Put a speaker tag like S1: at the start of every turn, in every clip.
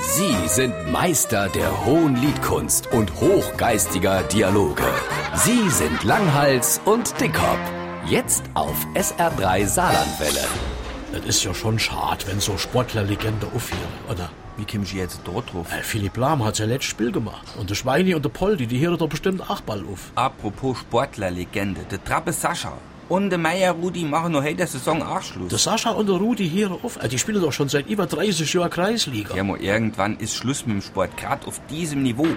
S1: Sie sind Meister der hohen Liedkunst und hochgeistiger Dialoge. Sie sind Langhals und Dickhop. Jetzt auf SR3 Saarlandwelle.
S2: Das ist ja schon schade, wenn so Sportlerlegende aufhören, oder?
S3: Wie kommst du jetzt dort drauf?
S2: Äh, Philipp Lahm hat sein letztes Spiel gemacht. Und der Schweini und der Poldi, die hören doch bestimmt auch bald auf.
S3: Apropos Sportlerlegende, der Trappe Sascha und der Meier Rudi machen noch heute der Saison auch Schluss.
S2: Der Sascha und der Rudi hören auf. Äh, Die spielen doch schon seit über 30 Jahren Kreisliga.
S3: Ja, mal irgendwann ist Schluss mit dem Sport, gerade auf diesem Niveau.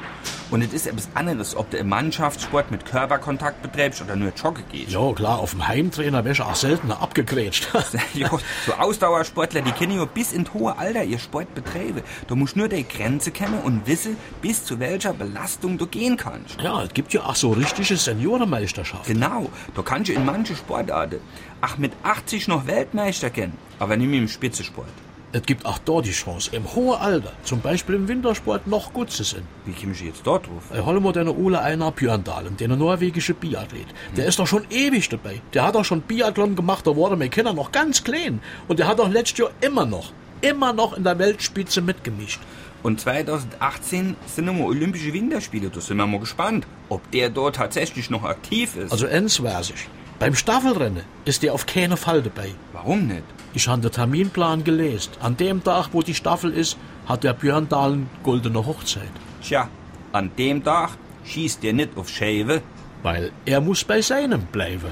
S3: Und es ist etwas anderes, ob du im Mannschaftssport mit Körperkontakt betreibst oder nur joggen gehst.
S2: Ja, klar, auf dem Heimtrainer wärst du auch seltener abgegrätscht.
S3: Ja, so Ausdauersportler, die können ja bis ins hohe Alter ihr Sport betreiben. Du musst nur die Grenze kennen und wissen, bis zu welcher Belastung du gehen kannst.
S2: ja, es gibt ja auch so richtige Seniorenmeisterschaften.
S3: Genau, da kannst du in manche Sportarten ach mit 80 noch Weltmeister kennen, aber nicht im Spitzensport.
S2: Es gibt auch da die Chance, im hohen Alter, zum Beispiel im Wintersport, noch gut zu sein.
S3: Wie komme ich jetzt dort drauf?
S2: Äh, Holen wir den Ole Einar Björndalen, den norwegischen Biathlet. Der ist doch schon ewig dabei. Der hat doch schon Biathlon gemacht, da wurde mein Kinder noch ganz klein. Und der hat doch letztes Jahr immer noch, immer noch in der Weltspitze mitgemischt.
S3: Und 2018 sind nochmal Olympische Winterspiele, da sind wir mal gespannt, ob der dort tatsächlich noch aktiv ist.
S2: Also eins weiß ich. Beim Staffelrennen ist der auf keinen Fall dabei.
S3: Warum nicht?
S2: Ich habe den Terminplan gelesen. An dem Tag, wo die Staffel ist, hat der Björndalen goldene Hochzeit.
S3: Tja, an dem Tag schießt der nicht auf Schäve,
S2: Weil er muss bei seinem bleiben.